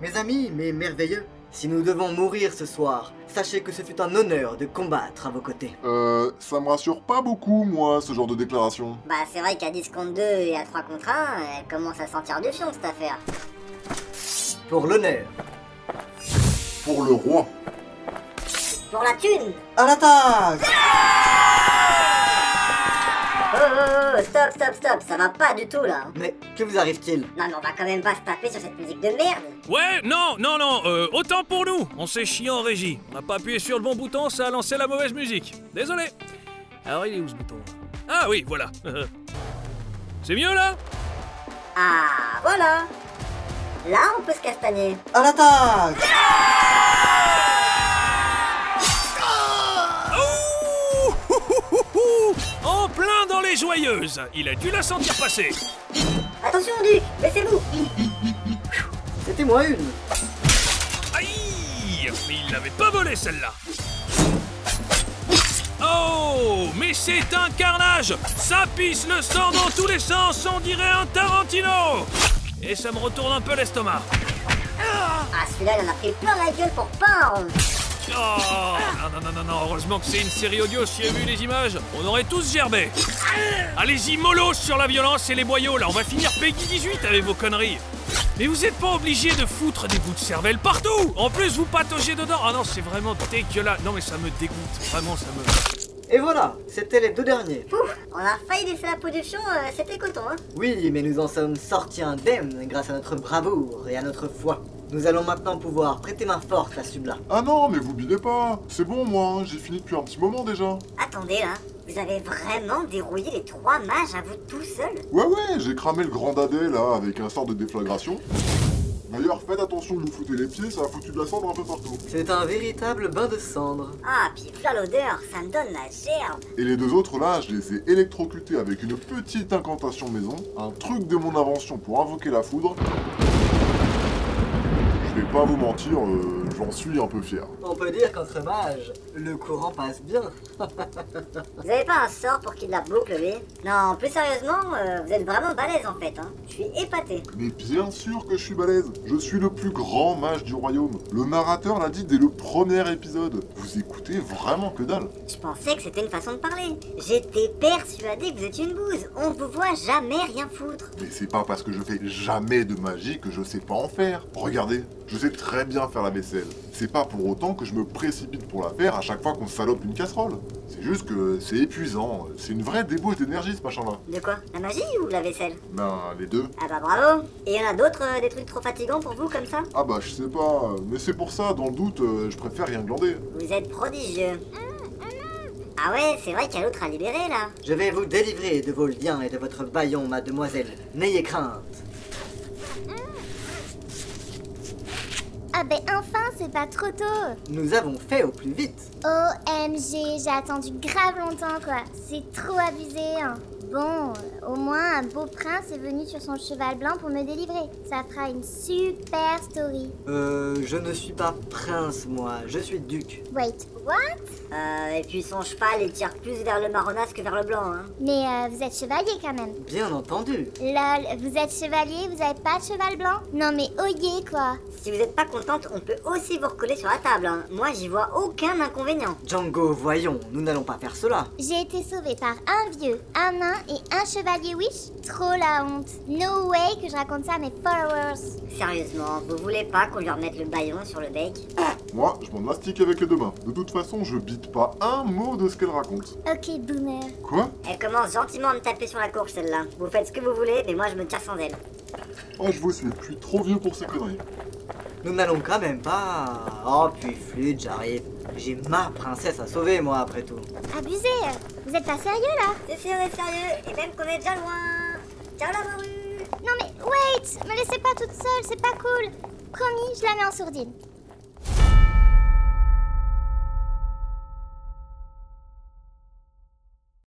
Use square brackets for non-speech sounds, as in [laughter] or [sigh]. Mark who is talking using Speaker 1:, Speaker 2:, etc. Speaker 1: Mes amis, mes merveilleux, si nous devons mourir ce soir, sachez que ce fut un honneur de combattre à vos côtés.
Speaker 2: Euh, ça me rassure pas beaucoup, moi, ce genre de déclaration.
Speaker 3: Bah c'est vrai qu'à 10 contre 2 et à 3 contre 1, elle commence à sentir du fion cette affaire.
Speaker 1: Pour l'honneur,
Speaker 2: Pour le roi.
Speaker 3: Pour la thune
Speaker 1: à l'attaque
Speaker 3: Oh oh oh, stop stop stop, ça va pas du tout là
Speaker 1: Mais que vous arrive-t-il
Speaker 3: Non mais on va quand même pas se taper sur cette musique de merde
Speaker 4: Ouais, non, non, non, euh, autant pour nous On s'est chié en régie. On n'a pas appuyé sur le bon bouton, ça a lancé la mauvaise musique. Désolé. Alors, il est où ce bouton Ah oui, voilà. [laughs] C'est mieux là
Speaker 3: Ah voilà Là on peut se castagner
Speaker 1: À l'attaque
Speaker 4: Oh Ouhouhouhou [laughs] En plein dans les joyeuses Il a dû la sentir passer
Speaker 3: Attention Duc, baissez-vous
Speaker 1: C'était moi une
Speaker 4: Aïe Mais il l'avait pas volé celle-là Oh Mais c'est un carnage Ça pisse le sang dans tous les sens, on dirait un Tarantino Et ça me retourne un peu l'estomac.
Speaker 3: Ah celui-là il en a pris plein la gueule pour pas un rond.
Speaker 4: Oh Non, non, non, non, non, heureusement que c'est une série audio, si j'ai vu les images, on aurait tous gerbé Allez-y, mollo sur la violence et les boyaux, là, on va finir Peggy 18 avec vos conneries Mais vous êtes pas obligés de foutre des bouts de cervelle partout En plus, vous pataugez dedans Ah non, c'est vraiment dégueulasse Non, mais ça me dégoûte, vraiment, ça me...
Speaker 1: Et voilà, c'était les deux derniers.
Speaker 3: Pouf On a failli laisser la peau du fion, euh, c'était coton hein
Speaker 1: Oui, mais nous en sommes sortis indemnes grâce à notre bravoure et à notre foi. Nous allons maintenant pouvoir prêter main forte à Subla.
Speaker 2: Ah non, mais vous bidez pas. C'est bon, moi, hein, j'ai fini depuis un petit moment déjà.
Speaker 3: Attendez là, vous avez vraiment dérouillé les trois mages à vous tout seul
Speaker 2: Ouais, ouais, j'ai cramé le grand dadais là avec un sort de déflagration. D'ailleurs, faites attention de vous foutez les pieds, ça a foutu de la cendre un peu partout.
Speaker 1: C'est un véritable bain de cendres.
Speaker 3: Ah puis plein l'odeur, ça me donne la gerbe
Speaker 2: Et les deux autres là, je les ai électrocutés avec une petite incantation maison, un truc de mon invention pour invoquer la foudre. Je vais pas vous mentir, euh, j'en suis un peu fier.
Speaker 1: On peut dire qu'entre mages, le courant passe bien.
Speaker 3: Vous avez pas un sort pour qu'il la boucle lui Non, plus sérieusement, euh, vous êtes vraiment balèze en fait hein Je suis épaté
Speaker 2: Mais bien sûr que je suis balèze. Je suis le plus grand mage du royaume. Le narrateur l'a dit dès le premier épisode. Vous écoutez vraiment que dalle.
Speaker 3: Je pensais que c'était une façon de parler J'étais persuadé que vous étiez une bouse On vous voit jamais rien foutre
Speaker 2: Mais c'est pas parce que je fais jamais de magie que je sais pas en faire. Regardez, je sais très bien faire la vaisselle. C'est pas pour autant que je me précipite pour la faire à chaque fois qu'on salope une casserole. C'est juste que c'est épuisant. C'est une vraie débauche d'énergie ce machin-là.
Speaker 3: De quoi La magie ou la vaisselle
Speaker 2: Ben, les deux.
Speaker 3: Ah bah bravo Et y'en a d'autres, euh, des trucs trop fatigants pour vous comme ça
Speaker 2: Ah bah je sais pas, mais c'est pour ça, dans le doute, euh, je préfère rien glander.
Speaker 3: Vous êtes prodigieux Ah ouais, c'est vrai qu'il y a l'autre à libérer là
Speaker 1: Je vais vous délivrer de vos liens et de votre baillon, mademoiselle. N'ayez crainte.
Speaker 5: Ah ben enfin, c'est pas trop tôt
Speaker 1: Nous avons fait au plus vite.
Speaker 5: OMG, j'ai attendu grave longtemps quoi C'est trop abusé hein. Bon, euh, au moins un beau prince est venu sur son cheval blanc pour me délivrer. Ça fera une super story.
Speaker 1: Euh, je ne suis pas prince, moi. Je suis duc.
Speaker 5: Wait, what
Speaker 3: Euh, et puis son cheval il tire plus vers le marronnasse que vers le blanc hein
Speaker 5: Mais euh, vous êtes chevalier quand même.
Speaker 1: Bien entendu.
Speaker 5: Lol, vous êtes chevalier, vous avez pas de cheval blanc Non mais oyez quoi
Speaker 3: Si vous êtes pas contente, on peut aussi vous recoller sur la table hein. Moi j'y vois aucun inconvénient
Speaker 1: Django, voyons, nous n'allons pas faire cela.
Speaker 5: J'ai été sauvée par un vieux, un nain et un chevalier wish Trop la honte. No way que je raconte ça à mes followers.
Speaker 3: Sérieusement, vous voulez pas qu'on lui remette le baillon sur le bec
Speaker 2: Moi, je m'en mastique avec les deux mains. De toute façon, je bite pas un mot de ce qu'elle raconte.
Speaker 5: Ok boomer.
Speaker 2: Quoi
Speaker 3: Elle commence gentiment à me taper sur la courge celle-là. Vous faites ce que vous voulez, mais moi je me tire sans elle.
Speaker 2: Oh, je vous suis, je suis trop vieux pour ces conneries.
Speaker 1: Nous n'allons quand même pas. Oh, puis flûte, j'arrive. J'ai ma princesse à sauver, moi, après tout.
Speaker 5: Abusé Vous êtes pas sérieux là
Speaker 3: C'est sûr et sérieux, et même qu'on est déjà loin Ciao la morue
Speaker 5: Non mais wait Me laissez pas toute seule, c'est pas cool Promis, je la mets en sourdine.